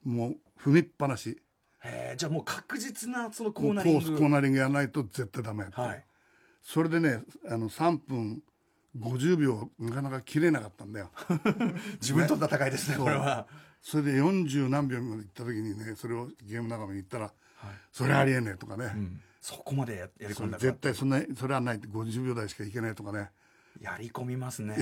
S3: もう踏みっぱなし
S1: へーじゃあもう確実なそのコ
S3: も
S1: ー
S3: うコ
S1: ナリン
S3: ー
S1: グ
S3: スコーナリングやらないと絶対ダメ、
S1: はい
S3: それでねあの3分50秒なかなか切れなかったんだよ
S1: 自分との戦いですね
S3: そう
S1: これは
S3: それで40何秒まで行った時にねそれをゲーム仲間に言ったら、それありえねえとかね、
S1: うんそこまでややり
S3: そ
S1: 込
S3: れ
S1: んだから
S3: 絶対そんなそれはないって50秒台しかいけないとかね
S1: やり込みますね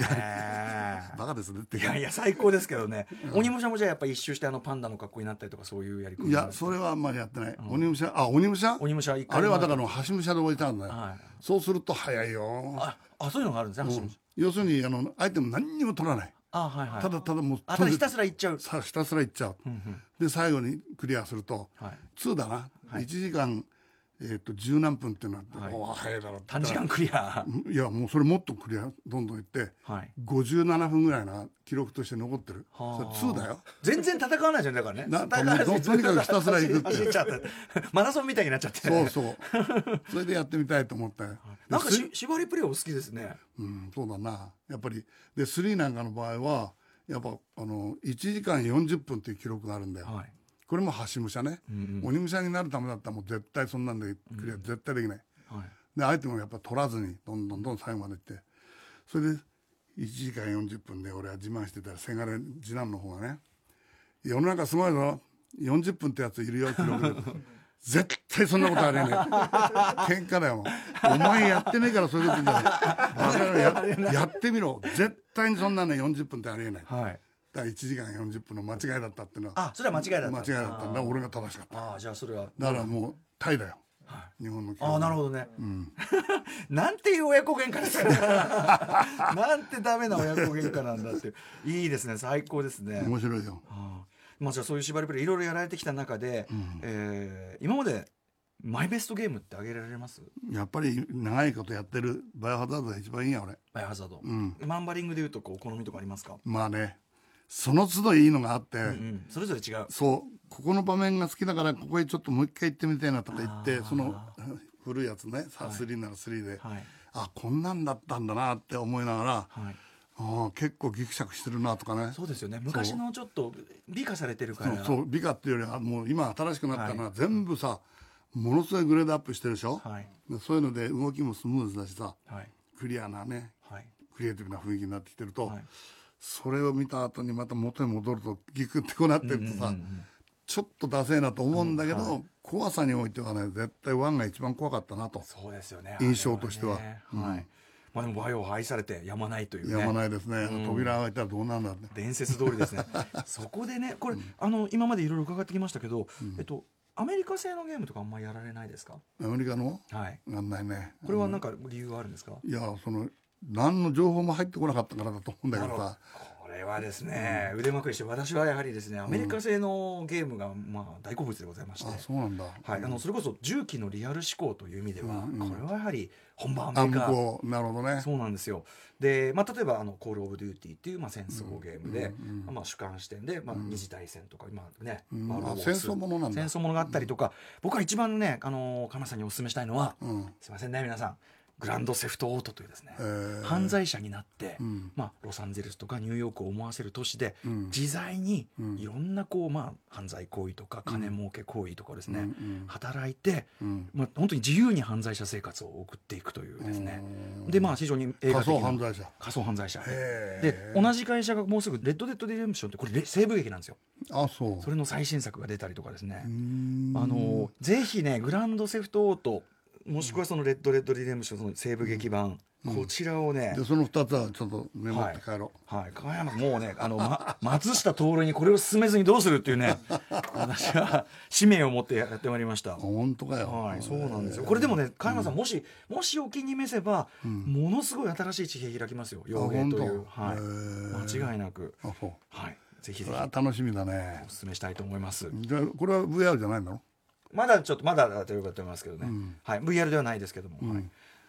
S3: バカですねって
S1: いやいや最高ですけどね鬼武者もじゃあやっぱ一周してあのパンダの格好になったりとかそういうやり込み
S3: いやそれはあんまりやってない、鬼武者あ鬼武者
S1: 鬼武者一回
S3: あれはだから橋武者で置いてあるんだよ、
S1: はい
S3: そうすると早いよ、
S1: ああそういうのがあるんですね、
S3: うん要するにあのアイテム何にも取らない、
S1: あはいはい
S3: ただただもう
S1: あただひたすら行っちゃう
S3: さひたすらいっちゃう、で最後にクリアすると、
S1: はい
S3: 2だな、1時間、えー、と10何分っていうのは、
S1: はい
S3: おー早いだろって言
S1: 短
S3: っ
S1: 時
S3: たら
S1: 間クリア
S3: うんいやもうそれもっとクリアどんどんいって
S1: はい
S3: 57分ぐらいな記録として残ってる、
S1: はあ
S3: それ2だよ
S1: 全然戦わないじゃんだからね
S3: な
S1: 戦わずに
S3: とにかくひたすら行くって
S1: *laughs* 走っちゃってマラソンみたいになっちゃって
S3: そうそう
S1: *laughs*
S3: それでやってみたいと思ったよ
S1: なんか
S3: です
S1: し縛りプレーお好きですね
S3: うん、そうだなやっぱりで3なんかの場合はやっぱあの1時間40分っていう記録があるんだよ、
S1: はい
S3: これも橋武者ね、
S1: うん
S3: 鬼武者になるためだったらもう絶対そんなんでクリア絶対できない、
S1: はい
S3: で相手もやっぱ取らずにどんどんどんどん最後までいってそれで1時間40分で俺は自慢してたらせがれ次男の方がね「世の中すごいぞ40分ってやついるよ」記録で *laughs* 絶対そんなことありえねえ喧嘩だよもうお前やってねえからそういうこと言うんだよだからややってみろ絶対にそんなね40分ってありえないだか
S1: はい
S3: ら1時間40分の間違いだったっていうのは
S1: あそれは間違いだった
S3: 間違いだったんだ俺が正しかった
S1: ああじゃあそれは
S3: だからもうタイだよ、日本の記録
S1: ああなるほどね、なんていう親子喧嘩です *laughs* かねなんてダメな親子喧嘩なんだっていういいですね最高ですね
S3: 面白いよ
S1: ああまあじゃあそういう縛りプレイいろいろやられてきた中で、えー今までマイベストゲームってあげられます
S3: やっぱり長いことやってるバイオハザードが一番いいや俺
S1: バイオハザード、
S3: ん
S1: ナンバリングでいうとこうお好みとかありますか、
S3: まあねその都度いいのがあって、
S1: うん、それぞれ違う
S3: そうここの場面が好きだからここへちょっともう一回行ってみたいなとか言っ
S1: あ
S3: て
S1: ー
S3: その *laughs* 古いやつねさ3なら3で、
S1: はい
S3: あこんなんだったんだなって思いながら、
S1: はい
S3: あー結構ギクシャクしてるなとかね
S1: そうですよね昔のちょっと美化されてるから
S3: そうそう美化っていうよりはもう今新しくなったのは全部さ、ものすごいグレードアップしてるでしょ、
S1: はい
S3: でそういうので動きもスムーズだしさ
S1: はい
S3: クリアなね
S1: はい
S3: クリエイティブな雰囲気になってきてると、
S1: はい
S3: それを見た後にまた元に戻るとギクってこうなってるとさ、ちょっとダセえなと思うんだけど、怖さにおいてはね絶対ワンが一番怖かったなと
S1: そうですよね
S3: 印象としては
S1: あれねはいまあでもバイオを愛されてやまないというね
S3: やまないですね、扉が開いたらどうなるんだって
S1: 伝説通りです
S3: *laughs*
S1: ねそこでねこれ、あの今までいろいろ伺ってきましたけど、えっとアメリカ製のゲームとかあんまやられないですか
S3: アメリカの
S1: はい
S3: なんないね
S1: これはなんか理由はあるんですか、
S3: いやその何の情報も入ってこなかったからだと思うんだけどさ
S1: これはですね、腕まくりして私はやはりですねアメリカ製のゲームがまあ大好物でございまして、
S3: あそうなんだ、
S1: はい、あのそれこそ重機のリアル思考という意味では、
S3: うんうん
S1: これはやはり本場ア
S3: あ
S1: メリ
S3: 向
S1: カ
S3: こうなるほどね
S1: そうなんですよで、まあ、例えばあの「コール・オブ・デューティー」っていう、まあ、戦争ゲームで、まあ、主観視点で、まあ、二次大戦とか、今ね、
S3: うん
S1: ワールドウォーツ
S3: あ戦争ものなんだ
S1: 戦争ものがあったりとか、僕は一番ね、あのー、カメラさんにお勧めしたいのは、
S3: うん
S1: すいませんね皆さんグランドセフト・オートというですね、
S3: えー
S1: 犯罪者になって、
S3: うん
S1: まあ、ロサンゼルスとかニューヨークを思わせる都市で、
S3: うん
S1: 自在に
S3: うん
S1: いろんなこう、まあ、犯罪行為とか金儲け行為とかをですね、
S3: うんうん
S1: 働いて、
S3: うん
S1: まあ、本当に自由に犯罪者生活を送っていくというですね、
S3: うん
S1: でまあ非常に映画
S3: 仮
S1: 的な
S3: 想犯罪者
S1: 仮想犯罪者
S3: へ
S1: で
S3: え
S1: 同じ会社がもうすぐ「レッド・デッド・ディレムション」ってこれレ西部劇なんですよ
S3: あそう
S1: それの最新作が出たりとかですね、
S3: うーん
S1: あのぜひねグランドセフト・オートもしくはその「レッド・レッド・ディレムション」その西部劇版、こちらをね
S3: でその2つはちょっとメモって帰ろ
S1: はい、加山もうねあの、ま、 *laughs* 松下徹にこれを進めずにどうするっていうね *laughs* 私は使命を持ってやってまいりました
S3: う、本当かよ、
S1: はい、そうなんですよ。これでもね、加山さん、もし、もしお気に召せば、ものすごい新しい地平開きますよ。洋芸という。
S3: あ本当へ
S1: はい。
S3: ー
S1: 間違いなく。
S3: あそう
S1: はい。ぜひ
S3: そ
S1: ぜ
S3: れ
S1: ひ、
S3: は楽しみだね
S1: お勧めしたいと思います。
S3: じゃあこれは VR じゃないの
S1: まだちょっと、まだだということ思いますけどね。はい。VR ではないですけども。はい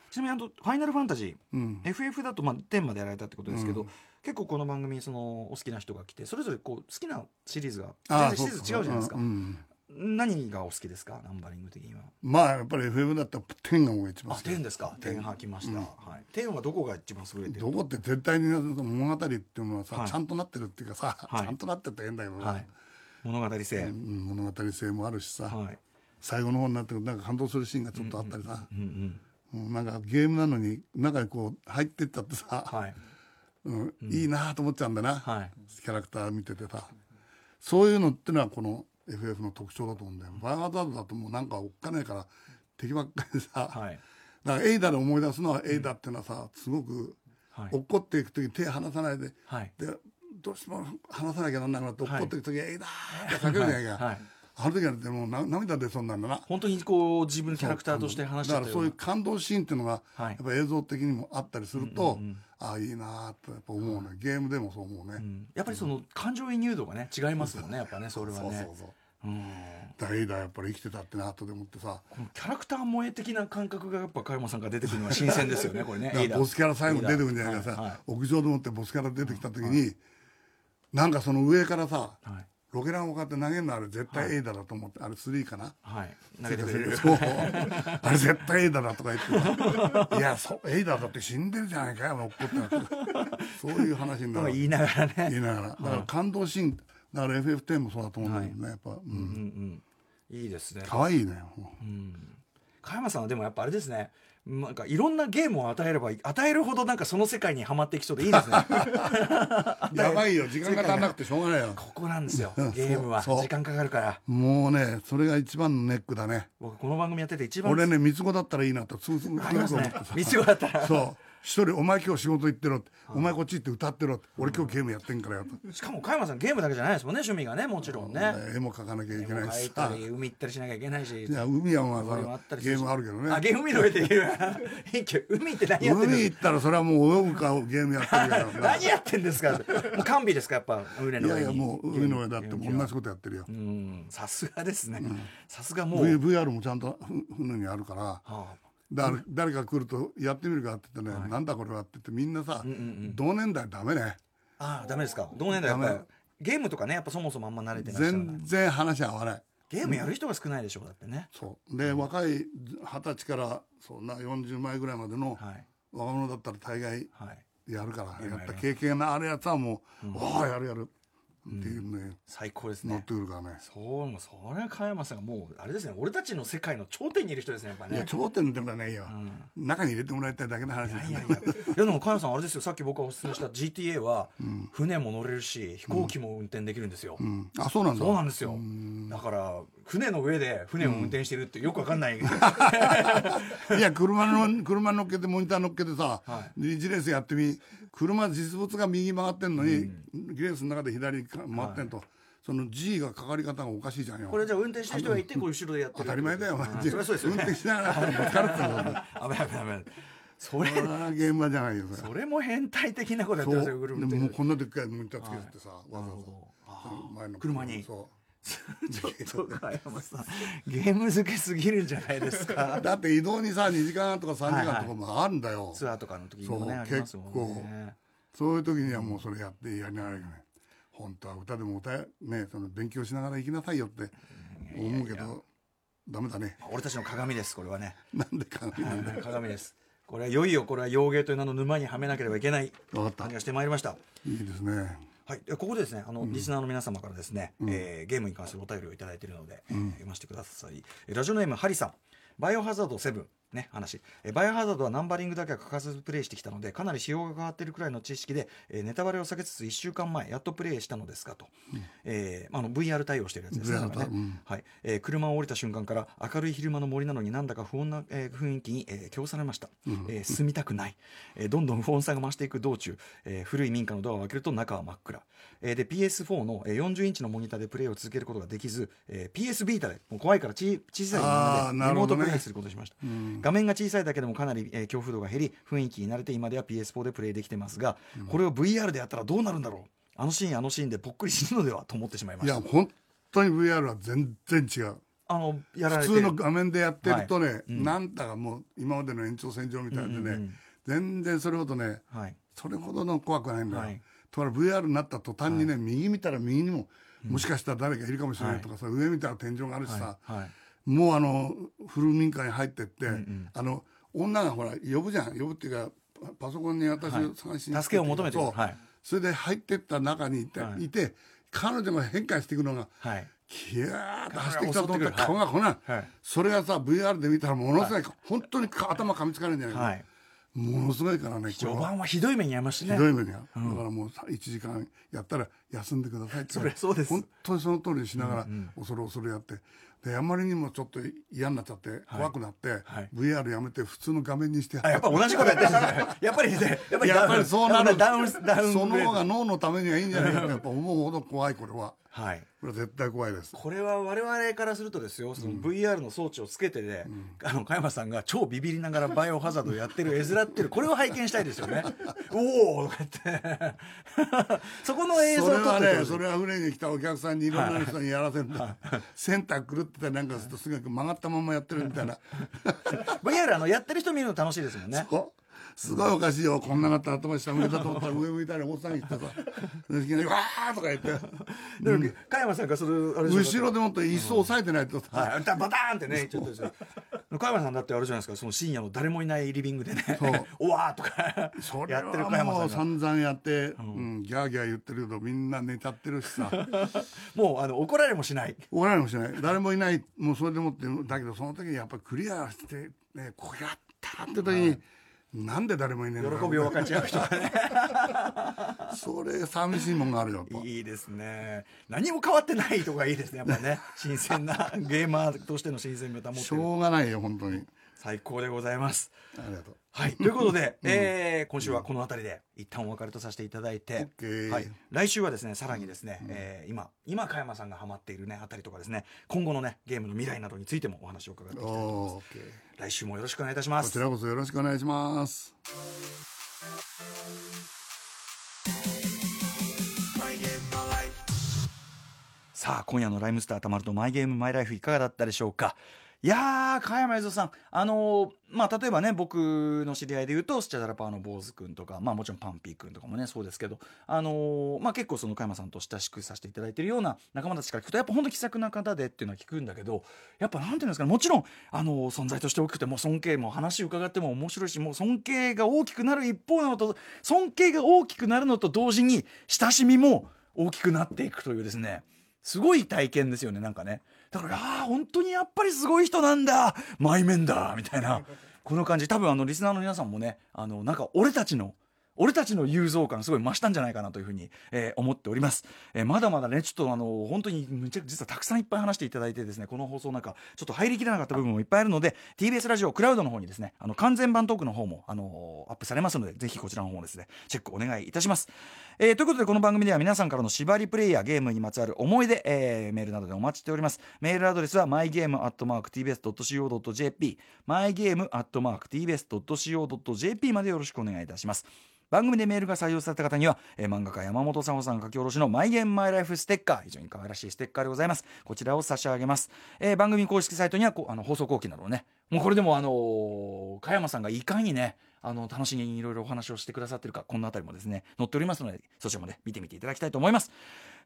S1: ちなみに、あの、ファイナルファンタジー。
S3: うん、
S1: FF だと、まあ、テーマでやられたってことですけど、結構この番組、その、お好きな人が来て、それぞれこう、好きなシリーズが、全然シリーズ違うじゃないですか
S3: うんう。ん
S1: 何がお好きですかナンバリング的には。
S3: まあやっぱり FM だったら天が僕が一番
S1: あ
S3: 好、き
S1: 天ですか。天はきました。はい。天はどこが一番優れてる
S3: どこって絶対に物語っていうのはさ、
S1: はい
S3: ちゃんとなってるっていうかさ、
S1: はい
S3: ちゃんとなってって変だけど、
S1: はい、物語性、
S3: うん物語性もあるしさ、
S1: はい
S3: 最後の方になってくるとなんか感動するシーンがちょっとあったりさ、
S1: うんうん
S3: うんなんかゲームなのに中にこう入ってったってさ、
S1: はい
S3: うんいいなと思っちゃうんだな、
S1: はい
S3: キャラクター見ててさそういうのってのはこの FF の特徴だと思うんだよ。バイオハザードだともうなんかおっかねえから敵ばっかりでさ、
S1: はい
S3: だからエイダで思い出すのはエイダっていうのはさ、すごく
S1: はい
S3: 怒っていく時手離さないで、
S1: はい
S3: でどうしても話さなきゃなんなくなって怒
S1: はい
S3: っていく時、エイダーって叫ぶじゃないか、
S1: はいはい
S3: あの時なんてもうな涙出そうになるんだな
S1: 本当にこう自分のキャラクターとして話して
S3: だ
S1: た
S3: から
S1: よ
S3: そう
S1: う
S3: い
S1: な
S3: う感動シーンっていうのが、
S1: はい
S3: やっぱ映像的にもあったりすると、ああいいなーってやっぱ思うねゲームでもそう思うね、
S1: うんやっぱりその感情移入度がね違いますもんねやっぱねそれは
S3: そうそう
S1: ね
S3: そう
S1: うん
S3: だからエイダーやっぱり生きてたってなとで思ってさ
S1: このキャラクター萌え的な感覚がやっぱ加山さんから出てくるのは新鮮ですよねこれね
S3: だからボスキャラ最後に出てくるんじゃないかさ、
S1: はいはい
S3: 屋上でもってボスキャラ出てきた時に、なんかその上からさ、
S1: はい
S3: ロケランを買って投げるのあれ絶対エイダだと思って、あれ3かな
S1: はい投げてくれる
S3: そうあれ絶対エイダだとか言っていやそうエイダだって死んでるじゃないかよ落っこってなってそういう話に
S1: と
S3: な
S1: か
S3: る
S1: 言いながらね
S3: 言いながらだから感動シーンだから FF10 もそうだと思うんだけどね、やっぱ、う、
S1: うんんうんいいですね
S3: かわいいね
S1: 加山さんはでもやっぱあれですねなんかいろんなゲームを与えればいい与えるほどなんかその世界にはまっていきそうでいいです
S3: *laughs*
S1: ね
S3: やばいよ時間が足んなくてしょうがないよ
S1: ここなんですよゲームは
S3: そうそう
S1: 時間かかるから
S3: もうねそれが一番のネックだね
S1: 僕この番組やってて一番
S3: 俺ね三つ子だったらいいなとつぐつぐ
S1: あります
S3: 思っ *laughs*
S1: ね
S3: てさ
S1: 三つ子だったら
S3: そう一人「お前今日仕事行ってろ」って「お前こっち行って歌ってろ」って「俺今日ゲームやってんからよ」と
S1: しかも加山さんゲームだけじゃないですもんね趣味がねもちろんね
S3: 絵も描かなきゃいけ
S1: 絵も
S3: ない
S1: 描い
S3: した
S1: り海行ったりしなきゃいけないし
S3: いや海はまあ
S1: 海もあったりす
S3: ゲ
S1: るし
S3: ームあるけど
S1: あ
S3: ね
S1: ゲーム見ろよって言ういいけど海って何やってるん
S3: 海
S1: です
S3: 行ったらそれはもう泳ぐかゲームやってるから
S1: か *laughs* 何やってんですかってもう完備ですかやっぱ海
S3: い
S1: の
S3: や
S1: 上
S3: い
S1: に
S3: やもう海の上だってもう同じ
S1: こ
S3: ことやってるよ
S1: とうんさすがですねさすがもう
S3: V- VR もちゃんとふ船にあるから
S1: はあ
S3: だから誰か来るとやってみるかって言ってねなんだこれはって言ってみんなさ同年代ダメね
S1: ああダメですか同年代やっぱ
S3: ダ
S1: り
S3: メ
S1: ゲームとかねやっぱそもそもあんま慣れてない
S3: 全然話合わない
S1: ゲームやる人が少ないでしょうだってね
S3: そうで若い二十歳からそんな40前ぐらいまでの
S1: はい
S3: 若者だったら大概
S1: はい
S3: やるから
S1: や
S3: や
S1: る
S3: った経験のあるやつはもう「ああやるやる」っていうね
S1: 最高です
S3: 乗っ
S1: ね
S3: てくるからね
S1: そうもうそれは加山さんがもうあれですね俺たちの世界の頂点にいる人ですねやっぱ
S3: いや
S1: ね
S3: 頂点でもないよ中に入れてもらいたいだけの話だよ
S1: いやい
S3: ね
S1: やいやでも加山さんあれですよさっき僕がお勧めした GTA は船も乗れるし飛行機も運転できるんですよ
S3: うんあそうなんだ
S1: そうなんですよだから船の上で船を運転してるってよくわかん
S3: *laughs*
S1: ない
S3: いや車の車乗っけてモニター乗っけてさ1レースやってみ車実物が右曲がってんのにレースの中で左にか回ってんとその G がかかり方がおかしいじゃんよ
S1: これじゃあ運転してる人がいてこう後ろでやってる
S3: 当たり前だよお前
S1: あそりゃそうですよ
S3: 運
S1: ね
S3: 転しながらぶつかるってことだ
S1: *laughs* 危ない危ない危ないそれ
S3: それは現場じゃないよそれ
S1: それも変態的なことやって
S3: そ
S1: ま
S3: う
S1: す
S3: で
S1: よグループ
S3: もう
S1: で
S3: こんなでっかいモニターつけててさ、わざわ
S1: あ
S3: ざ前の
S1: 車に
S3: そ
S1: *laughs* ちょっと加山さんゲーム好けすぎるんじゃないですか *laughs*
S3: *laughs* うだって移動にさ2時間とか3時間とかもあるんだよ、
S1: ツアーとかの時にもね
S3: そう
S1: ありますもんね
S3: そういう時にはもうそれやってやりながら行くね本当は歌でも歌えねその勉強しながら行きなさいよって思うけどダメだね *laughs*
S1: 俺たちの鏡ですこれはね *laughs*
S3: なんでかな
S1: 鏡ですこれはいよいよこれは洋芸という名の沼にはめなければいけない
S3: わかった
S1: 感じがしてまいりました
S3: いいですね
S1: はい、でここでですね、あの、リスナーの皆様からですね、えーゲームに関するお便りをいただいているので、えー読ませてください。えーラジオネームハリさん、バイオハザード7、
S4: ね、話、えーバイオハザードはナンバリングだけは欠かさずプレイしてきたのでかなり仕様が変わってるくらいの知識で、えーネタバレを避けつつ1週間前やっとプレイしたのですがと、えーまああの VR 対応してるやつですね
S3: VR
S4: だからね
S3: 対応うん
S4: はいえー車を降りた瞬間から明るい昼間の森なのになんだか不穏な、えー雰囲気に、えー供されました、えー住みたくない、えーどんどん不穏さが増していく道中、えー古い民家のドアを開けると中は真っ暗、えーで PS4 の、えー40インチのモニターでプレイを続けることができず、えー PS ビータでもう怖いからち小さい
S3: あー
S4: モニターで
S3: な
S4: リ
S3: る
S4: モ
S3: ほ
S4: ート
S3: どね
S4: プレイすることにしました、画面が小さいだけでもかなり、えー恐怖度が減り雰囲気に慣れて今では PS4 でプレイできてますが、これを VR でやったらどうなるんだろうあのシーンあのシーンでぽっくり死ぬのではと思ってしまいま
S3: い
S4: した
S3: や本当に VR は全然違う
S4: あのやられ
S3: 普
S4: て
S3: 通の画面でやってるとね、
S4: うん
S3: なんだかもう今までの延長線上みたいでね、
S4: うんうんうん
S3: 全然それほどね
S4: はい
S3: それほどの怖くないんだよ、
S4: はい
S3: ところが VR になった途端にね、右見たら右にももしかしたら誰かいるかもしれないとかさ、上見たら天井があるしさ、
S4: はいはい
S3: もうあの古民家に入ってって、
S4: ん
S3: あの女がほら呼ぶじゃん呼ぶっていうかパパソコンに私
S4: はい
S3: を探しに、
S4: 助けを求めてくる
S3: そう
S4: はい
S3: それで入ってった中にいて,、
S4: はい
S3: い、て彼女が変化していくのが
S4: はい
S3: キヤーッと走ってきたと思ったら
S4: 襲ってく
S3: 顔
S4: る
S3: が来ない、
S4: はい
S3: それがさ VR で見たらものすごい、本当に頭噛みつかれるんじゃないか、
S4: はい
S3: ものすごいからねこれ
S4: 序
S3: は
S4: 盤はひどい目に遭いまし
S3: ひ
S4: たね
S3: どい目にあうだからもうさ1時間やったら休んでくださいって
S4: そりゃそうです
S3: 本当にその通りにしながら
S4: うん
S3: 恐る恐るやってであまりにもちょっと嫌になっちゃって怖くなって、
S4: はい
S3: VR やめて普通の画面にして
S4: あやっぱ同じことやってるんですね *laughs* やっぱりねやっぱり
S3: やっぱりそうなる
S4: ダウンダウン
S3: その
S4: ダウン
S3: 方
S4: グレー
S3: が脳のためにはいいんじゃないかとやっぱ思うほど怖いこれは
S4: ドはい
S3: これは絶対怖いです
S4: これは我々からするとですよその VR の装置をつけてで、あの加山さんが超ビビりながらバイオハザードをやってる絵面ってるこれを拝見したいですよ
S3: *laughs*
S4: ねおおとか言って *laughs* そこの映像
S3: そ
S4: を
S3: れ
S4: 撮っ
S3: は
S4: て
S3: ね
S4: ってこと
S3: そ
S4: で
S3: れは船に来たお客さんにいろんな人にやらせるんだセンター狂ってたりなんかするとすごく曲がったままやってるみたいな
S4: VR あのやってる人見るの楽しいですもんね
S3: おすごいおかしいよこんななったら頭下向いたと思ったら上向いたらおっさんに来てさでいきなり「わー!」とか言って
S4: でも加山さんがそれあれでしょ
S3: 後ろでもって椅子を押さえてないとさ
S4: はい、バターンってね、ちょっとですね加山さんだってあるじゃないですか、その深夜の誰もいないリビングでね
S3: そう、
S4: *laughs* おわーとか、
S3: それ
S4: やってる加
S3: はも
S4: 山
S3: う
S4: さんが、
S3: 散々やって、うん、ギャーギャー言ってるけどみんな寝ちゃってるしさ
S4: もうあの怒られもしない、
S3: おられもしない誰もいないもうそれでもってだけどその時にやっぱりクリアして、ね、こうやったって時に、なんで誰もいねえ
S4: 喜
S3: んだろう
S4: びを分かち合う人がね、
S3: それ寂しいもんがあるよ
S4: *laughs*
S3: と。
S4: いいですね、何も変わってないとかいいですね、やっぱ *laughs* ね、新鮮な、ゲーマーとしての新鮮味を保っ
S3: して
S4: る、
S3: ょうがないよ本当に。
S4: 最高でございます。
S3: ありがとう。
S4: はい、ということで、えー今週はこの辺りで一旦お別れとさせていただいて、
S3: OK
S4: はい、来週はですねさらにですね、えー今今加山さんがハマっているねあたりとかですね今後のねゲームの未来などについてもお話を伺っていきたいと思います
S3: おー
S4: 来週もよろしくお願いいたしま
S3: こ
S4: す
S3: ちらこそよろしくお願いします。
S1: さあ今夜の「ライムスターたまるとマイゲームマイライフ」いかがだったでしょうかいやー加山雄三さんあのーまあ例えばね僕の知り合いで言うとスチャダラパーの坊主くんとかまあもちろんパンピーくんとかもねそうですけどあのーまあ結構その加山さんと親しくさせていただいてるような仲間たちから聞くとやっぱほんと気さくな方でっていうのは聞くんだけどやっぱなんていうんですかねもちろんあのー存在として大きくてもう尊敬も話伺っても面白いしもう尊敬が大きくなる一方なのと尊敬が大きくなるのと同時に親しみも大きくなっていくというですねすごい体験ですよね、なんかね。だから、ああ、本当にやっぱりすごい人なんだ、マイメンだ、みたいな、この感じ、多分あの、リスナーの皆さんもね、あの、なんか、俺たちの、俺たちの雄像感すごい増したんじゃないかなというふうに、えー思っております、えーまだまだねちょっとあの本当にめちゃ実はたくさんいっぱい話していただいてですねこの放送なんかちょっと入りきらなかった部分もいっぱいあるので TBS ラジオクラウドの方にですねあの完全版トークの方もあのアップされますのでぜひこちらの方もですねチェックお願いいたします、えーということでこの番組では皆さんからの縛りプレイやゲームにまつわる思い出、えーメールなどでお待ちしておりますメールアドレスは mygame.tbs.co.jp mygame.tbs.co.jp までよろしくお願いいたします番組でメールが採用された方には、えー漫画家山本さんさん書き下ろしの「マイゲームマイライフステッカー」非常に可愛らしいステッカーでございますこちらを差し上げます、えー番組公式サイトにはこうあの放送後期などをねもうこれでもあのー加山さんがいかにねあの楽しみにいろいろお話をしてくださってるかこの辺りもですね載っておりますのでそちらもね見てみていただきたいと思います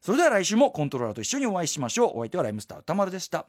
S1: それでは来週もコントローラーと一緒にお会いしましょうお相手はライムスター歌丸でした